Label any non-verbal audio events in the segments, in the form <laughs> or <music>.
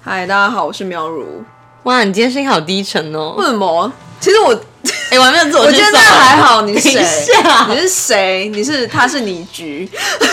嗨，大家好，我是苗如。哇，你今天声音好低沉哦为！什么？其实我，哎、 <laughs> 我还没有自我我介觉绍。得还好。你是等一谁？下，你是谁？你是他是倪菊，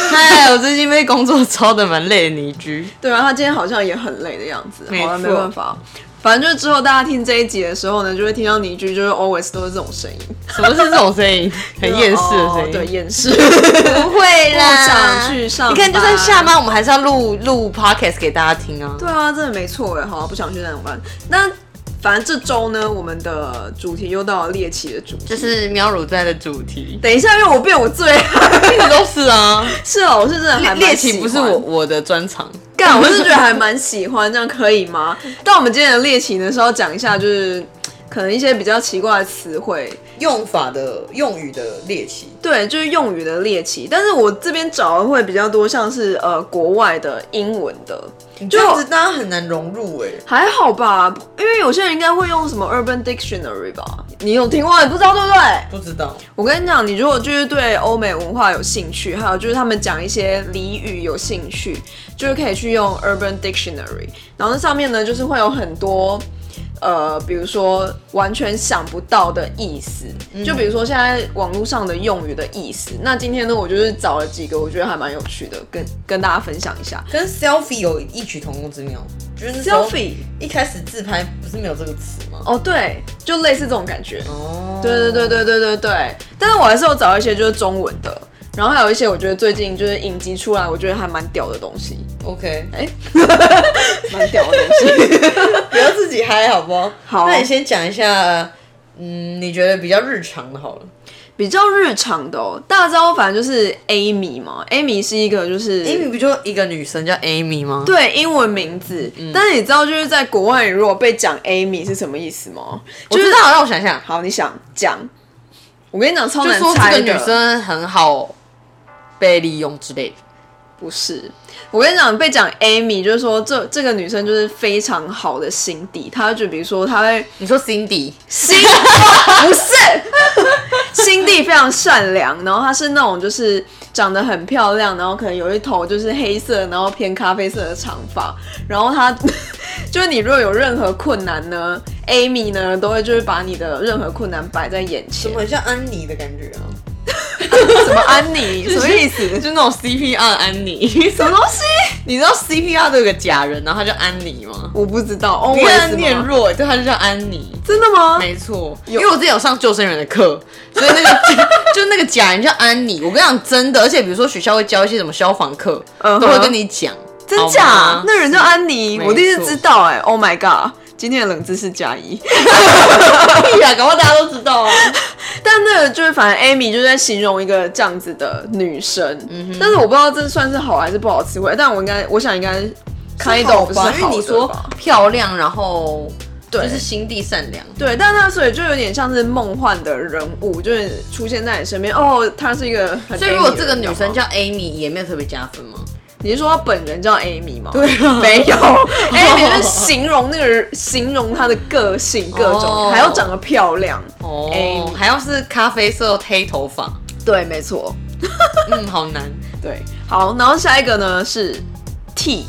嗨，我最近被工作操的蛮累的，你居。 <laughs> 对啊，他今天好像也很累的样子。没好了，没错办法。反正就是之后大家听这一集的时候呢，就会听到倪居就是 always 都是这种声音，什么是这种声 <laughs> 音？很厌世的声哦音。对，，厌世。 <laughs> 不会啦，不想去上班你看，就算下班，我们还是要录录 podcast 给大家听啊。对啊，真的没错哎，好、不想去那种班。那反正这周呢，我们的主题又到了猎奇的主题。，就是喵乳在的主题等一下，因为我变我最一直都是啊。 <laughs> 是哦，我是真的还蛮 <laughs> 猎奇喜不是欢我我的专长，干，我是觉得还蛮喜欢，这样可以吗？ <laughs> 但我们今天的猎奇呢是要讲一下，就是可能一些比较奇怪的词汇，用法的用语的猎奇，对，就是用语的猎奇。但是我这边找的会比较多，像是呃国外的英文的，这样子大家很难融入哎、还好吧？因为有些人应该会用什么 Urban Dictionary 吧？你有听过？你不知道对不对？不知道，我跟你讲，你如果就是对欧美文化有兴趣，还有就是他们讲一些俚语有兴趣，就是可以去用 Urban Dictionary，然后那上面呢就是会有很多。呃，比如说完全想不到的意思，就比如说现在网络上的用语的意思。那今天呢，我就是找了几个我觉得还蛮有趣的，跟跟大家分享一下。跟 selfie 有异曲同工之妙，就是那时哦候 selfie 一开始自拍不是没有这个词吗？哦，对，就类似这种感觉。哦，对对对对对对对，但是我还是有找一些就是中文的，然后还有一些我觉得最近就是影集出来，我觉得还蛮屌的东西， ，OK，蛮屌的东西。不要自己嗨好不好？好那你先讲一下，嗯，你觉得比较日常的好了。 <laughs> 比较日常的哦，大家知道反正就是 Amy 嘛，Amy 是一个就是嗯 Amy 不就就一个女生叫 Amy 吗？对英文名字，嗯但是你知道就是在国外如果被讲 Amy 是什么意思吗？我就知是道，让我想想，好，你想讲，我跟你讲超就难说猜这的。个女生很好被利用之类的。不是，我跟你讲，被讲 Amy 就是说这这个女生就是非常好的心地，她就比如说她会。你说 Cindy，心 <laughs> 不是，心地非常善良，然后她是那种就是长得很漂亮，然后可能有一头就是黑色，然后偏咖啡色的长发，然后她 <laughs> 就是你如果有任何困难呢，Amy 呢都会就是把你的任何困难摆在眼前怎么。很像安妮的感觉啊？什么安 <laughs> 妮？什么意思？ <laughs> 就那种 CPR 安妮， <laughs> 什么东西？你知道 CPR 都有个假人，然后他叫安妮吗？我不知道。哦，你我也看是他吗念弱，对，他就叫安妮。真的吗？没错，因有为我之前有上救生员的课，所 <laughs> 以那个就那个假人叫安妮。我跟你讲，真的，而且比如说学校会教一些什么消防课嗯哼都会跟你讲，真好假吗？那人叫安妮，哦啊没我第一次错知道哎、Oh my god！今天的冷知识加一。屁啊，搞不好大家都知道啊。但那个就是，反正 Amy 就是在形容一个这样子的女生，嗯但是我不知道这算是好还是不好词汇，但我应该，我想应该开好懂不是吧好的因为你说吧漂亮，然后对就是心地善良，对，但她所以就有点像是梦幻的人物，就是出现在你身边。哦，她是一个很 Amy 的人。所以如果这个女生你知道吗，叫 Amy，也没有特别加分吗？你是说她本人叫 Amy 吗？对啊没有，Amy 就是形容那个人，形容她的个性各种，哦还要长得漂亮。哦 Amy 还要是咖啡色黑头 <laughs> 发，对，没错。嗯，好难，对，好，然后下一个呢是 tea，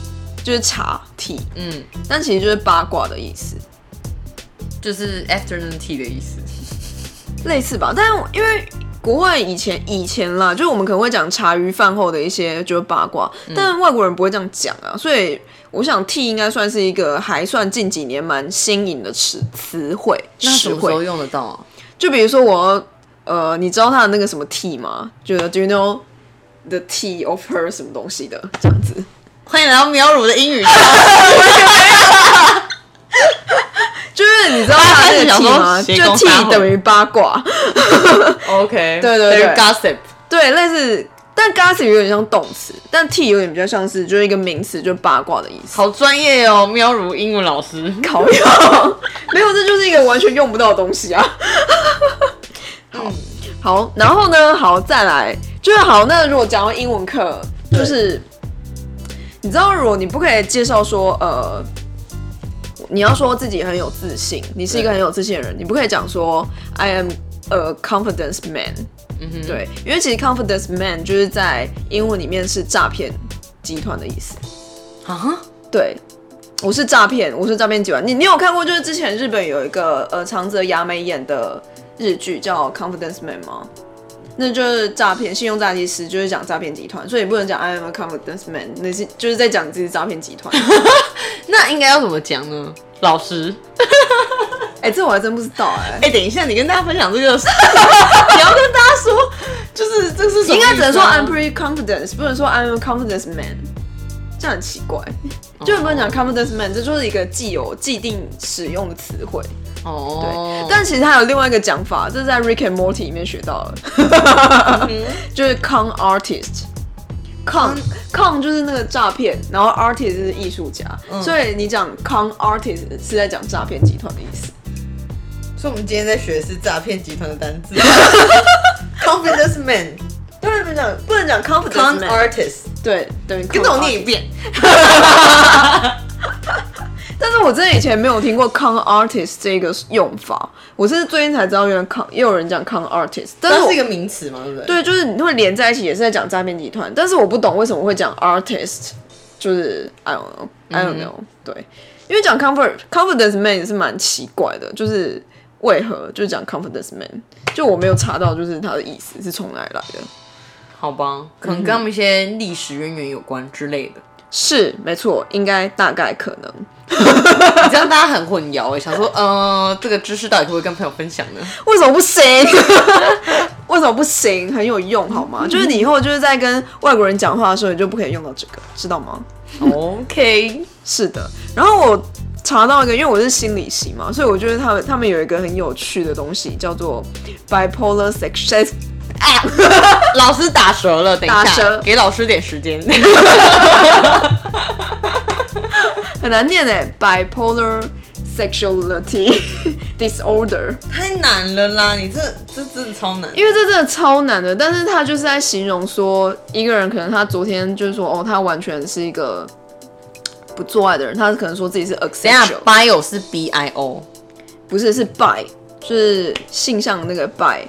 就是茶 tea，嗯，但其实就是八卦的意思，就是 afternoon tea 的意思。类似吧。但因为国外以前以前啦，就是我们可能会讲茶余饭后的一些就是八卦，嗯但外国人不会这样讲啊，所以我想 tea 应该算是一个还算近几年蛮新颖的词词汇那什词么时候汇。用得到啊？就比如说我要呃，你知道他的那个什么 tea 吗？就是 Do you know the tea of her 什么东西的这样子？欢迎来到喵乳的英语课。就是你知道他那个 <laughs> T 吗？斜就弓 T 搭火等于八卦， <laughs> OK，对对对等于 gossip。对，类似。但 gossip 有点像动词，但 T 有点比较像是就是一个名词，就是八卦的意思。好专业哦，喵如英文老师。考用 <laughs> 没有，这就是一个完全用不到的东西啊。 <laughs> 好，好，然后呢？好，再来，就是好。那如果讲到英文课，就是你知道，如果你不可以介绍说，呃，你要说自己很有自信，你是一个很有自信的人，你不可以讲说 I am a confidence man。嗯哼，对，因为其实 confidence man 就是在英文里面是诈骗集团的意思。啊，对，我是诈骗，我是诈骗集团。你你有看过就是之前日本有一个呃长泽雅美演的日剧叫《Confidence Man》吗？那就是诈骗，信用诈欺师就是讲诈骗集团，所以你不能讲 I am a confidence man，那是就是在讲自己是诈骗集 <laughs> 团。那应该要怎么讲呢？老师，哎、这我还真不知道哎、哎、等一下，你跟大家分享这个，你要跟大家说，就是这是什么应意思啊？该只能说 I'm pretty confident，不能说 I'm a confidence man，这样很奇怪。哦就很不能讲 confidence man，这就是一个既有既定使用的词汇。 <laughs> 哦，对，但其实它有另外一个讲法，这是在 Rick and Morty 里面学到的，嗯 <laughs> 就是 con artist。con con 就是那个诈骗，然后 artist 是艺术家，嗯所以你讲 con artist 是在讲诈骗集团的意思。所以我们今天在学的是诈骗集团的单 <laughs> 字，confidence man。当然不能讲，不能讲 Con confidence man。 artist，对对，跟着我念一 artist。遍。但是我真的以前没有听过 con artist 这个用法，我是最近才知道原来 con 也有人讲 con artist，但是它我是一个名词嘛，对不对？，对，就是你会连在一起，也是在讲诈骗集团。但是我不懂为什么会讲 artist，就是 I don't know，I don't know、对，因为讲 comfort confidence man 也是蛮奇怪的，就是为何就是讲 confidence man，就我没有查到就是它的意思是从哪里来的。好吧，可能跟他们一些历史渊源有关之类嗯的。是，没错，应该大概可能。你这样大家很混淆哎，想说呃，这个知识到底会不会跟朋友分享 <laughs> 呢？为什么不行？ <laughs> 为什么不行？很有用好吗？就是你以后就是在跟外国人讲话的时候，你就不可以用到这个，知道吗？哦 OK，是的，然后我查到一个，因为我是心理系嘛，所以我觉得他们他们有一个很有趣的东西，叫做 bipolar success。啊 <laughs> 老师打折了，等一下打折给老师点时间。 <laughs> 很难念哎，bipolar sexuality <laughs> disorder，太难了啦！你这这真的超难。因为这真的超难的。但是他就是在形容说，一个人可能他昨天就是说，哦，他完全是一个不做爱的人，他可能说自己是等一下 asexual， ，bio 是 B I O，不是是 bi，就是性向那个 bi，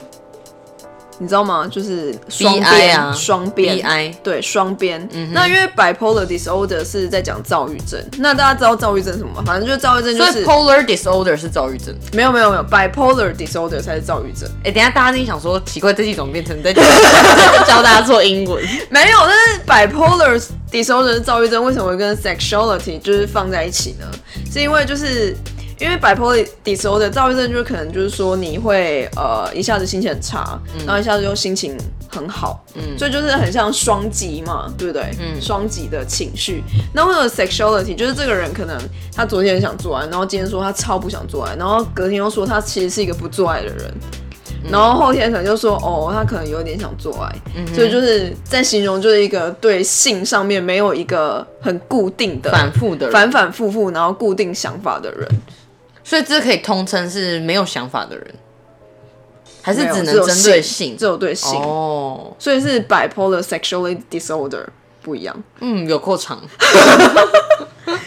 你知道吗？就是双 BI 边啊双 B 边 I 嗯对，双边。那因为 bipolar disorder 是在讲躁郁症，那大家知道躁郁症是什么吗？反正就是躁郁症就所以是 polar disorder 是躁郁症。没有没有没有 bipolar disorder 才是躁郁症，哎、等一下大家自己想说，奇怪，这集怎么变成 <laughs> 在教大家做英文？没有。但是 bipolar disorder 是躁郁症为什么会跟 sexuality 就是放在一起呢？是因为就是。因为 bipolar disorder 躁郁症就是可能就是说你会呃一下子心情很差，然后一下子又心情很好，嗯，所以就是很像双极嘛，对不对？嗯，双极的情绪。那为了 sexuality，就是这个人可能他昨天很想做爱，然后今天说他超不想做爱，然后隔天又说他其实是一个不做爱的人，然后后天可能就说哦，他可能有点想做爱，所以就是在形容就是一个对性上面没有一个很固定的 <laughs> 反复的人反反复复，然后固定想法的人，所以这可以通称是没有想法的人，还是没有只能有针对性？只有对性，哦，所以是 bipolar sexually disorder 不一 <laughs> 样。嗯，有够长。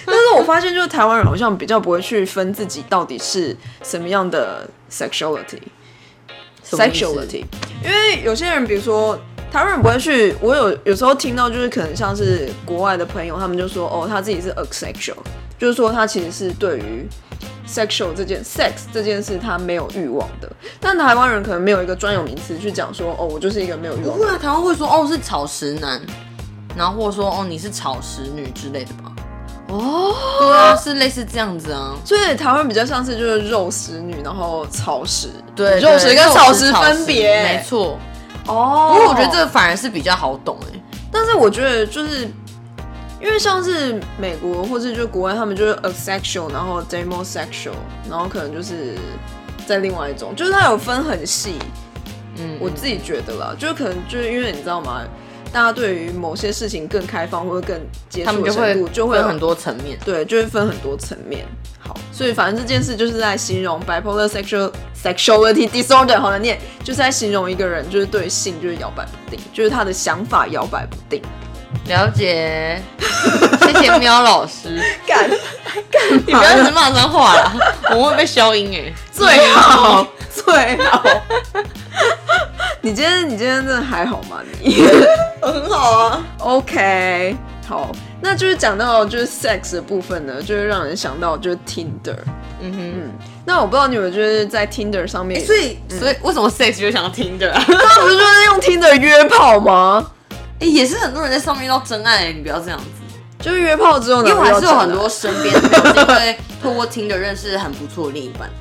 但是我发现就是台湾人好像比较不会去分自己到底是什么样的 sexuality。什么意思 sexuality，因为有些人，比如说台湾人不会去，我有有时候听到就是可能像是国外的朋友，他们就说哦，他自己是 asexual，就是说他其实是对于 sexual 这件 sex 这件事他没有欲望的，但台湾人可能没有一个专有名词去讲说哦，我就是一个没有欲望的不人。然台湾会说哦是草食男，然后或者说哦你是草食女之类的吧？哦，对啊，是类似这样子啊。所以台湾比较像是就是肉食女，然后草食，对，肉食对跟肉草食食分别，没错。哦。不过我觉得这个反而是比较好懂哎、但是我觉得就是因为像是美国或是就国外，他们就是 asexual，然后 demosexual，然后可能就是在另外一种，就是它有分很细。嗯，我自己觉得啦，就是可能就是因为你知道吗？大家对于某些事情更开放或者更接他触们的就程会度，就会有有很多层面。对，就会分很多层面。好，所以反正这件事就是在形容 bipolar sexual sexuality disorder，好难念，就是在形容一个人就是对性就是摇摆不定，就是他的想法摇摆不定。 <laughs> 了解，谢谢喵老师，干， <laughs> 你不要一直骂脏话啦， <laughs> 我会被消音 <laughs> 哎、最好最好。你 <laughs> 今天你今天真的还好吗？你很好啊， OK 好，那就是讲到就是 sex 的部分呢，就是让人想到就是 Tinder。嗯哼，那我不知道你们就是在 Tinder 上面，所以欸所以为什么 sex 就想要听的、啊？ <laughs> 那不是就是用 Tinder 约炮吗？哎、也是很多人在上面遇到真爱、欸你不要这样子。就是约炮之后呢，因为我还是有很要多身边的人是因为透过听的认识很不错的另一半。讲啊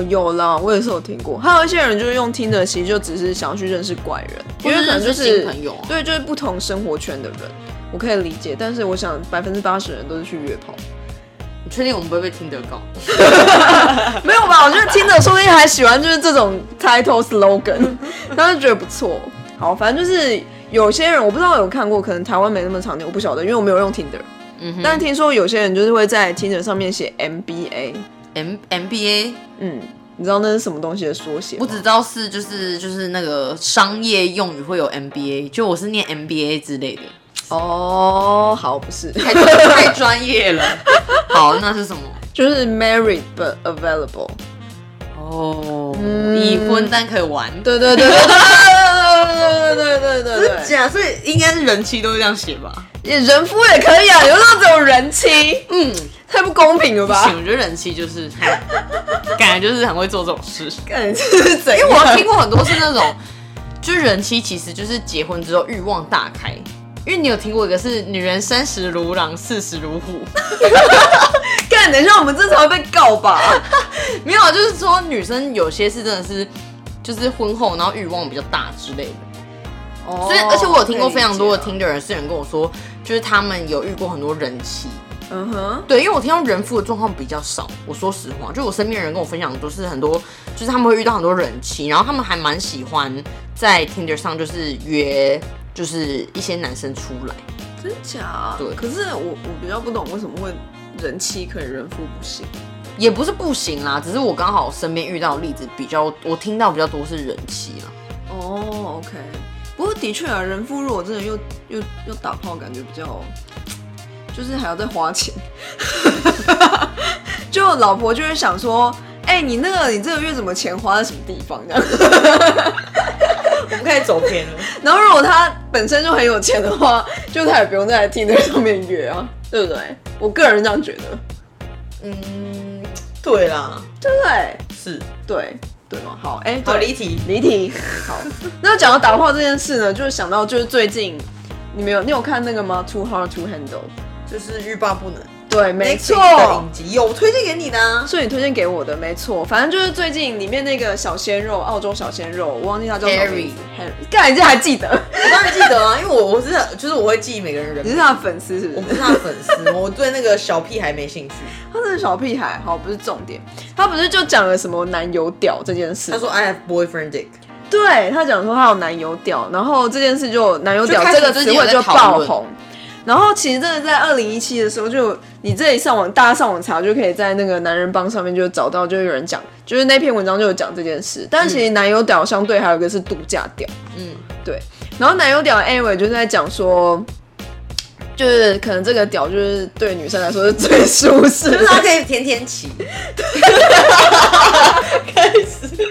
哦有啦，我也是有听过，还有一些人就是用 Tinder，其实就只是想要去认识怪人，因或为者可能就认识是新朋友啊对，就是不同生活圈的人，我可以理解，但是我想百分之八十人都是去约炮。你确定我们不会被听的告？没有吧？我觉得听着说不定还喜欢就是这种 title slogan，当时觉得不错。好，反正就是有些人我不知道有看过，可能台湾没那么常见，我不晓得，因为我没有用 Tinder。嗯哼，但听说有些人就是会在 Tinder 上面写 MBA， M MBA 嗯，你知道那是什么东西的缩写吗？我只知道是就是就是那个商业用语会有 MBA，就我是念 MBA 之类的，哦，好，不是， <laughs> 太太专业 <laughs> 了。好，那是什么？就是 married but available。哦，嗯已婚但可以玩，对对对对对对对对对对对假所以应该是人妻都会这样写吧？也，人夫也可以啊，有那种人妻，嗯，太不公平了不吧？行，我觉得人妻就是，感觉就是很会做这种事。干是怎因为我听过很多是那种，就是人妻其实就是结婚之后欲望大开。因为你有听过一个是女人三十如狼，四十如虎，干，等一下我们这才会被告吧？没有，啊就是说女生有些是真的是，就是婚后然后欲望比较大之类的。哦 <laughs> 所以，而且我有听过非常多的，可以理听的人啊是有人跟我说，就是他们有遇过很多人妻。解嗯哼，对，因为我听到人夫的状况比较少。我说实话，就我身边的人跟我分享，都是很多，就是他们会遇到很多人妻，然后他们还蛮喜欢在 Tinder 上就是约，就是一些男生出来。啊嗯真假？对可是我我比较不懂为什么会人妻可以人夫不行。也不是不行啦，只是我刚好身边遇到的例子比较，我听到比较多是人妻啦。哦，OK。不过的确啊，人夫如果真的又又又打炮，感觉比较，就是还要再花钱。 <laughs> 就老婆就会想说，哎、你那个你这个月怎么钱花在什么地方这样？我们开始走偏了。然后如果他本身就很有钱的话，就他也不用再来 Tinder 上面约啊，对不对？我个人这样觉得，嗯，对啦，对不对？是对对吗？好，哎、好对离题。离题。好，那讲到打炮这件事呢，就是想到就是最近你们有你有看那个吗？Too Hard to Handle。就是欲罢不能。对，没错 Netflix 的影集有推荐给你的啊，是你推荐给我的，没错。反正就是最近里面那个小鲜肉，澳洲小鲜肉，我忘记他叫什么名字。Harry，干，你竟然还记得？我当然记得啊，因为我我是就是我会记每个人人你名是，他的粉丝是不我是不？是他的粉丝， <laughs> 我对那个小屁孩没兴趣。他是小屁孩，好，不是重点。他不是就讲了什么男友屌这件事？他说 I have boyfriend dick，对他讲说他有男友屌，然后这件事就男友屌就开始这个词有汇在就讨爆论红。然后其实真的在二零一七的时候就，你这里上网，大家上网查就可以在那个男人帮上面就找到，就有人讲，就是那篇文章就有讲这件事。但其实男友屌相对还有一个是度假屌，嗯，对。然后男友屌 anyway 就是在讲说，就是可能这个屌就是对女生来说是最舒适就是的，他可以天天 <laughs> 骑。开始，对，就是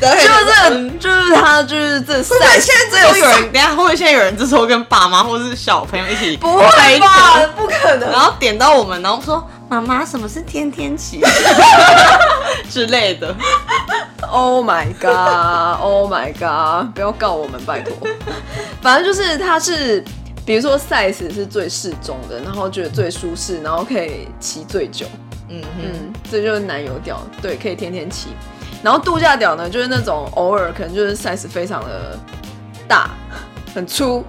这个就是他就是这赛，现在这只有有人，等一下会不会现在有人这时候跟爸妈或是小朋友一起不会吧？不可能。然后点到我们，然后说妈妈什么是天天骑 <laughs> 之类的， Oh my god! Oh my god! 不要告我们，拜托。反正就是它是，比如说 size 是最适中的，然后觉得最舒适，然后可以骑最久。嗯嗯，这就是男友屌，对，可以天天骑。然后度假屌呢，就是那种偶尔可能就是 size 非常的大、很粗、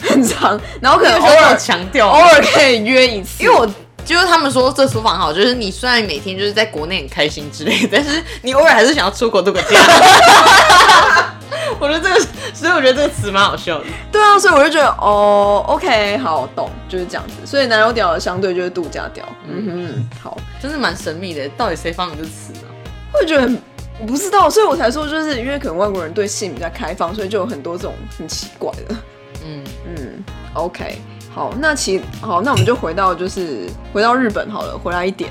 很长，然后可能偶尔强偶调，尔可以约一次。因为我就是他们说这说法很好，就是你虽然每天就是在国内很开心之类的，但是你偶尔还是想要出国度 <laughs> 个假。我觉得这个，所以我觉得这个词蛮好笑的。对啊，所以我就觉得哦，OK，好懂，就是这样子。所以男友屌的相对就是度假屌，嗯哼，好，真是蛮神秘的，到底谁放的这词呢？会觉得很我不知道，所以我才说就是因为可能外国人对性比较开放，所以就有很多这种很奇怪的，嗯，嗯，OK，好，那其好，那我们就回到就是回到日本好了，回来一点，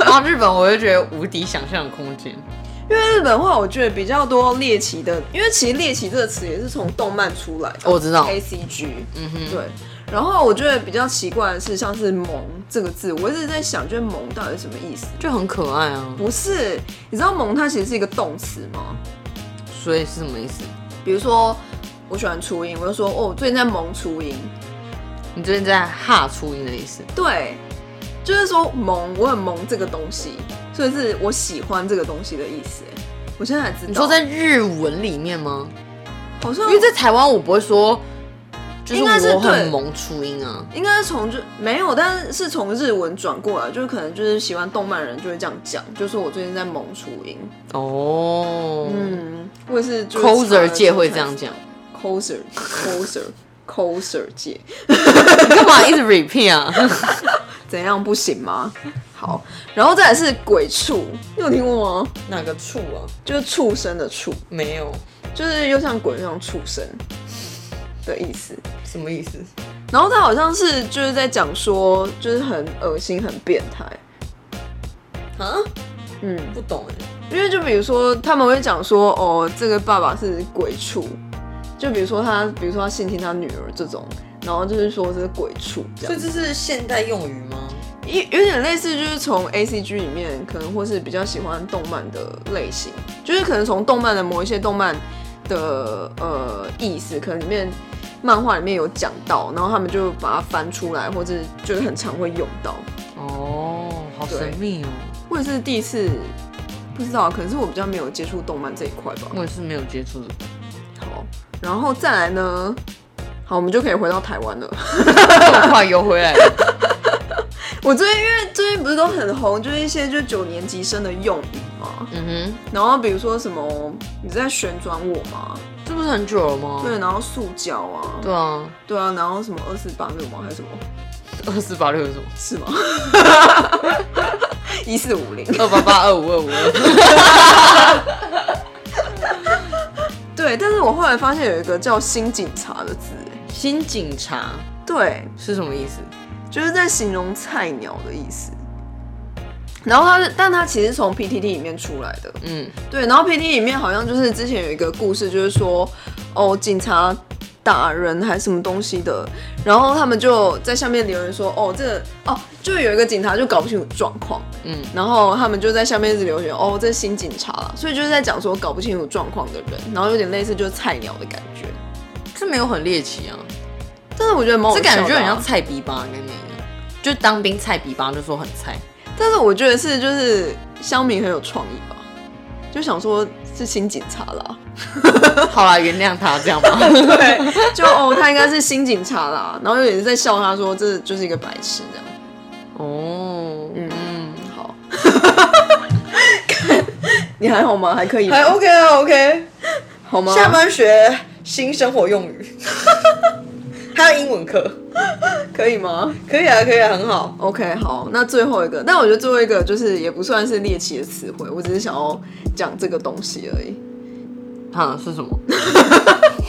然后日本我就觉得无敌想象的空间，因为日本话我觉得比较多猎奇的，因为其实猎奇这个词也是从动漫出来的，哦我知道，A C G，嗯哼，对。然后我觉得比较奇怪的是，像是“萌”这个字，我一直在想，就是“萌”到底是什么意思？就很可爱啊。不是，你知道“萌”它其实是一个动词吗？所以是什么意思？比如说，我喜欢初音，我就说哦，我最近在萌初音。你最近在哈出音的意思？对，就是说萌，我很萌这个东西，所以是我喜欢这个东西的意思。欸我现在才知道，你说在日文里面吗？好像因为在台湾我不会说，就是应该是我很对萌出音啊。应该是从就没有，但是是从日文转过来，就是可能就是喜欢动漫人就会这样讲，就说我最近在萌初音。哦，嗯嗯，或者是就是查了之后，coser 才界会这样讲， coser coser <laughs> coser 界你 <laughs> 干嘛一直 repeat 啊？ <laughs> 怎样不行吗？好，然后再来是鬼畜，你有听过吗？哪个处啊？就是畜生的畜，没有，就是又像鬼又像畜生的意思。什么意思？然后他好像是就是在讲说，就是很恶心、很变态。啊？嗯，不懂欸哎。因为就比如说他们会讲说，哦，这个爸爸是鬼畜，就比如说他，比如说他性侵他女儿这种，然后就是说这是鬼畜这所以样，这是现代用语吗？有有点类似就是从 A C G 里面可能或是比较喜欢动漫的类型，就是可能从动漫的某一些动漫的呃意思，可能里面漫画里面有讲到，然后他们就把它翻出来，或者就是很常会用到。哦，好神秘哦，我也是第一次，不知道，可能是我比较没有接触动漫这一块吧。我也是没有接触的。好，然后再来呢，好，我们就可以回到台湾了。 <laughs> 很快游回来了。我最近因为最近不是都很红，就是一些就九年级生的用语嘛， <laughs> 嗯然后比如说什么你在旋转我吗？哼，这不是很久了吗？对，然后塑胶啊，哦对啊，对啊，然后什么二四八六吗？还是什么？二四八六是什么？是吗？一四五零。二八八二五二五二。对，但是我后来发现有一个叫新警察的字，哎新警察对，是什么意思？就是在形容菜鸟的意思。然后它，但它其实从 PTT 里面出来的，嗯，对。然后 PTT 里面好像就是之前有一个故事，就是说，哦，警察打人还是什么东西的，然后他们就在下面留言说，哦，这个，哦，就有一个警察就搞不清楚状况，嗯嗯，然后他们就在下面一直留言，哦，这是新警察啦，所以就是在讲说搞不清楚状况的人，然后有点类似就是菜鸟的感觉，这没有很猎奇啊，但是我觉得蛮好这笑的啊、感觉就很像菜逼吧，跟你一样，就当兵菜逼吧，就说很菜。但是我觉得是就是乡民很有创意吧，就想说是新警察啦， <laughs> 好啦，原谅他这样吧。对，就哦他应该是新警察 <laughs> 啦，然后有人在笑他说这就是一个白痴这样， <laughs> 哦，嗯， <laughs> 好，你还好吗？还可以吗还 OK 啊，OK。好吗？下班学新生活用语，还有英文课，可以吗可以啊，可以啊，很好。 ？OK，好，那最后一个，但我觉得最后一个就是也不算是猎奇的词汇，我只是想要讲这个东西而已，哈是什么？ <laughs>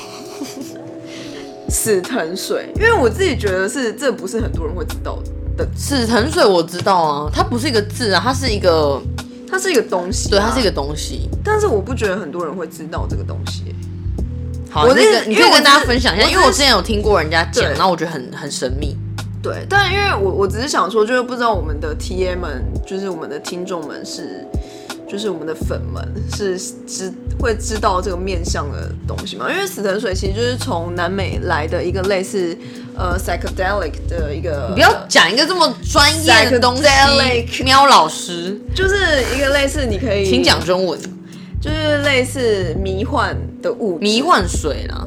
死藤水，因为我自己觉得是这不是很多人会知道的，死藤水我知道啊，它不是一个字啊，它是一个，它是一个东西、对，它是一个。个东西。但是我不觉得很多人会知道这个东西耶。好，我你的这意个思你可以因为我跟大家是分享一下，我因为我是之前有听过人家讲，对然后我觉得很很神秘。对，但因为我我只是想说，就是不知道我们的 T A 们，就是我们的听众们是，就是我们的粉们是知会知道这个面向的东西吗？因为死藤水其实就是从南美来的一个类似呃 psychedelic 的一个，你不要讲一个这么专业的东西， Psychedelic 喵老师，就是一个类似你可以请讲中文。就是类似迷幻的物质迷幻水啦，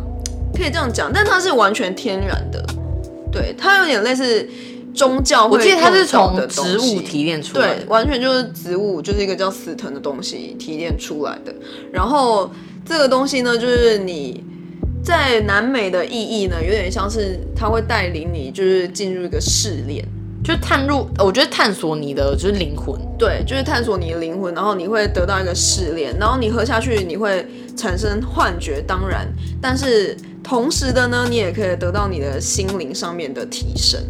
可以这样讲，但它是完全天然的，对，它有点类似宗教会我记得它是用到从的东西植物提炼出来对，的。完全就是植物，就是一个叫死藤的东西提炼出来的。然后这个东西呢，就是你在南美的意义呢，有点像是它会带领你，就是进入一个试炼，就探入，呃我觉得探索你的就是灵魂，对，就是探索你的灵魂，然后你会得到一个试炼，然后你喝下去，你会产生幻觉，当然，但是同时的呢，你也可以得到你的心灵上面的提升。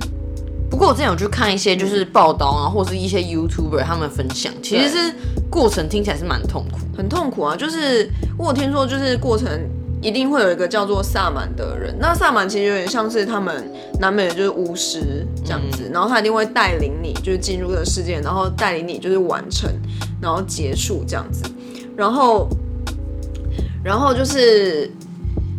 不过我之前有去看一些就是报道啊，或是一些 YouTuber 他们分享，其实是过程听起来是蛮痛苦的。很痛苦啊。就是我有听说，就是过程一定会有一个叫做萨满的人。那萨满其实有点像是他们南美的就是巫师这样嗯子，然后他一定会带领你就是进入这个世界，然后带领你就是完成，然后结束这样子。然后，然后就是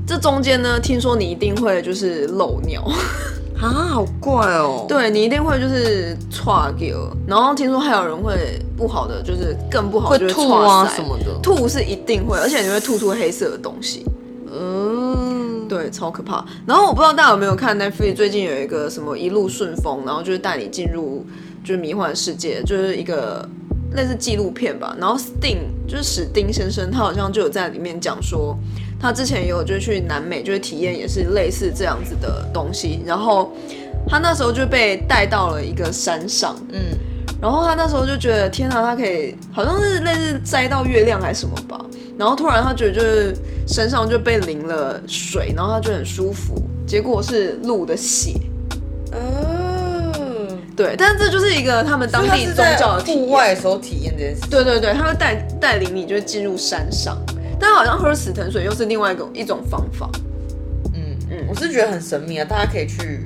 这中间呢，听说你一定会就是漏尿， <laughs> 啊，好怪哦。，对你一定会就是岔给，然后听说还有人会不好的，就是更不好会就是吐啊岔塞什么的吐是一定会，而且你会吐出黑色的东西。嗯，对，超可怕。然后我不知道大家有没有看 Netflix 最近有一个什么一路顺风，然后就是带你进入就是迷幻世界，就是一个类似纪录片吧。然后 Sting 就是史丁先生，他好像就有在里面讲说，他之前也有就是去南美就是体验也是类似这样子的东西，然后他那时候就被带到了一个山上，嗯，然后他那时候就觉得天啊哪，他可以好像是类似摘到月亮还是什么吧。然后突然他觉得就是身上就被淋了水，然后他就很舒服。结果是鹿的血，哦，嗯对，但是这就是一个他们当所以他地是宗在教的体户验。外的时候体验这件事。对对对，他会带带领你就是进入山上，但好像喝死藤水又是另外一种一种方法。嗯嗯，我是觉得很神秘啊，大家可以去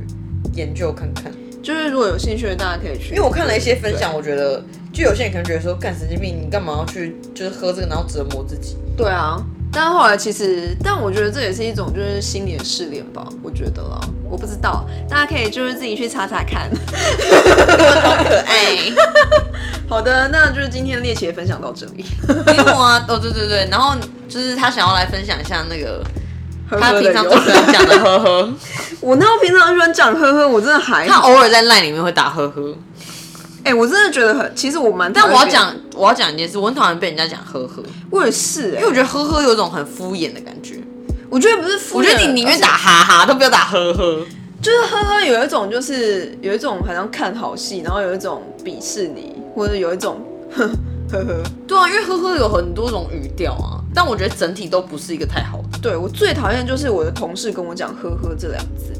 研究看看。就是如果有兴趣的大家可以因去，为我看了一些分享，我觉得就有些人可能觉得说，干神经病，你干嘛要去就是喝这个然后折磨自己？对啊，但后来其实，但我觉得这也是一种就是心理的试炼吧，我觉得啦，我不知道，大家可以就是自己去查查看。 <laughs> 可爱。好的，那就是今天猎奇的分享到这里。 <laughs> 没有啊，哦对对对，然后就是他想要来分享一下那个呵他呵平的常有最喜欢讲的呵呵，我那平常喜欢讲呵呵，我真的还 <laughs> 他好。偶尔在 line 里面会打呵呵，哎、我真的觉得很，其实我蛮，但我要，讲我要讲一件事，我很讨厌被人家讲呵呵，因我也是、哎，因为为我觉得呵呵有一种很敷衍的感觉，我觉得不是敷我衍，觉得你宁愿打哈哈都不要打呵呵，就是呵呵，有一种就是有一种好像看好戏，然后有一种鄙视你，或者有一种 <laughs> 呵呵呵。对啊，因为呵呵有很多种语调啊，但我觉得整体都不是一个太好的，对我最讨厌就是我的同事跟我讲“呵呵”这两个字，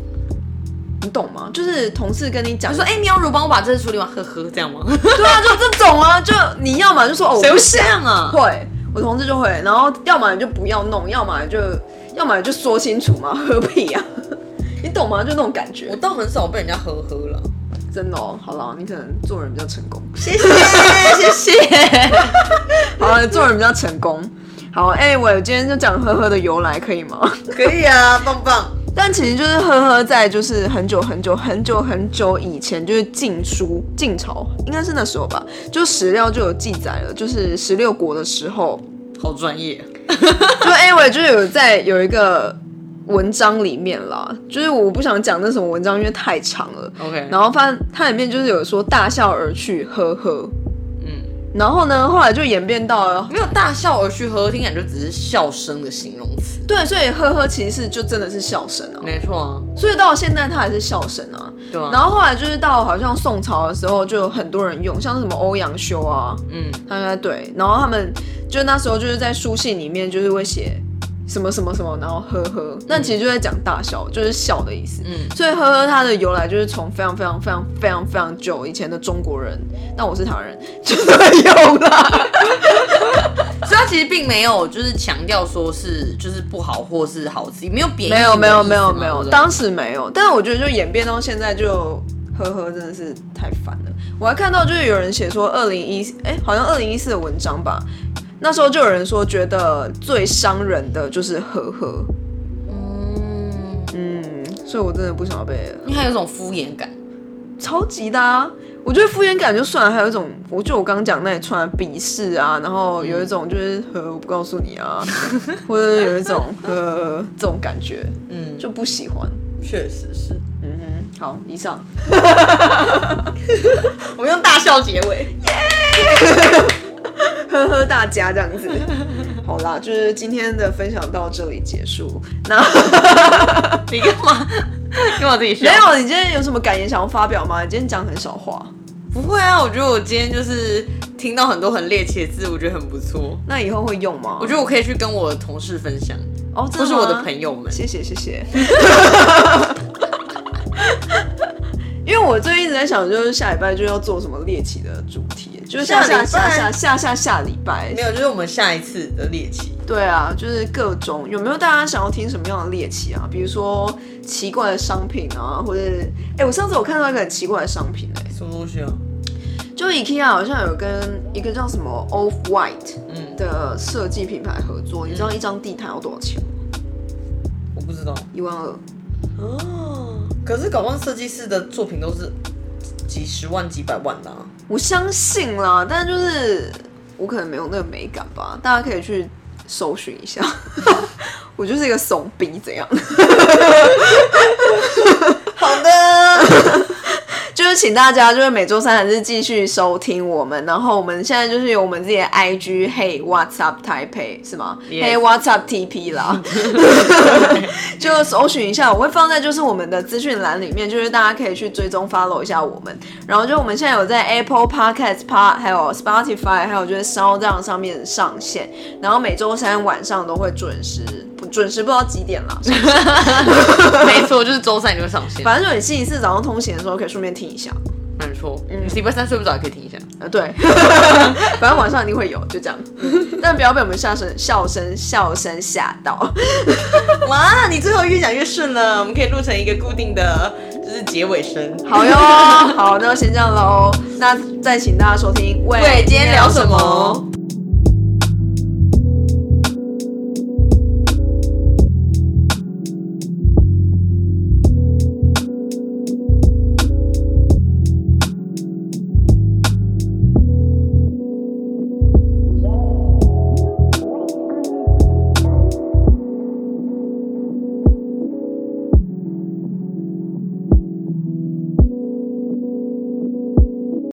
你懂吗？就是同事跟你讲就说 <laughs> 说，哎、哎、喵如帮我把这次处理完，呵呵这样吗？对啊，就这种啊，就你要么就说哦，我 <laughs> 谁不会想这样啊？会，我同事就会，然后要么你就不要弄，要么就要么就说清楚嘛，何必呀、 <laughs> 你懂吗？就那种感我觉，倒很少被人家呵呵了，真的哦。好了，你可能做人比较成功，谢 <laughs> 谢。谢谢。好了，做人比较成功。好，哎、我今天就讲呵呵的由来，可以吗？可以啊，棒棒。但其实就是呵呵，在就是很久很久很久很久以前，就是晋书晋朝，应该是那时候吧，就史料就有记载了，就是十六国的时候，好专业，就哎 anyway 就是有在有一个文章里面啦，就是我不想讲那什么文章，因为太长了。 OK 然后发现它里面就是有说大笑而去，呵呵。嗯，然后呢，后来就演变到了，没有大笑而去呵呵，听感就只是笑声的形容词。对，所以呵呵其实是就真的是笑声啊，没错啊，所以到了现在它还是笑声啊。对啊。然后后来就是到好像宋朝的时候，就有很多人用，像什么欧阳修啊，嗯，他们对，然后他们就那时候就是在书信里面就是会写什么什么什么，然后呵呵，但其实就在讲大笑，就是笑的意思。嗯所以呵呵它的由来就是从非常非常非常非常非常久以前的中国人，但我是台湾人，就是用啦。所以他其实并没有就是强调说是就是不好或是好自己，没有贬义的没有没有意思嘛没有没有，对不对当时没有，但我觉得就演变到现在就。呵呵，真的是太烦了。我还看到就是有人写说，二零一哎，好像二零一四的文章吧，那时候就有人说觉得最伤人的就是呵呵，嗯，嗯，所以我真的不想要被因为他有一种敷衍感。超级的、啊。我觉得敷衍感就算了，还有一种，我就我刚刚讲那里突然鄙视啊，然后有一种就是呃我不告诉你啊，或者有一种呃这种感觉嗯，就不喜欢。确实是。嗯哼，好，以上 <laughs> 我们用大笑结尾。呵呵大家这样子， <laughs> 好啦，就是今天的分享到这里结束。 <laughs> 那 <laughs> 你干嘛？跟我自己笑？没，有，你今天有什么感言想要发表吗？你今天讲很少话，不会啊。我觉得我今天就是听到很多很猎奇的字，我觉得很不错。那以后会用吗？我觉得我可以去跟我的同事分享，得哦，真或是吗我的朋友们。谢谢谢谢。 <laughs> 因为我最近一直在想，就是下礼拜就要做什么猎奇的主题，就是下下下礼下拜下下下下礼拜没有，就是我们下一次的猎奇。对啊，就是各种有没有大家想要听什么样的猎奇啊？比如说奇怪的商品啊，或者哎、我上次有看到一个很奇怪的商品、欸，什么东西啊？就 IKEA 好像有跟一个叫什么 Off White 嗯，的设计品牌合作，你知道一张地毯要多少钱吗？我不知道。一万二。哦，可是搞不好设计师的作品都是几十万、几百万的、啊。我相信啦，但就是我可能没有那个美感吧，大家可以去搜寻一下。我就是一个怂逼，怎 <laughs> 样？好的， <laughs> 就是请大家就是每周三还是继续收听我们，然后我们现在就是有我们自己的 IG Hey What's Up Taipei 是吗 Yes Hey What's Up TP 啦，就搜寻一下，我会放在就是我们的资讯栏里面，就是大家可以去追踪 follow 一下我们。然后就我们现在有在 Apple Podcast、Pod 还有 Spotify 还有就是 Sound 上面上线，然后每周三晚上都会准时，不准时不知道几点啦， <laughs> 没错，就是周三就会上线，反正就你星期四早上通勤的时候可以顺便听一下。没错。嗯，礼拜三睡不着也可以听一下。 <laughs> 呃，对，反正晚上一定会有，就这样。 <laughs> 但不要被我们笑声、笑声、笑声吓到。哇，你最后越讲越顺了，我们可以录成一个固定的，就是结尾声。好哟，好，那就先这样喽。那再请大家收听，喂喂今天聊什么？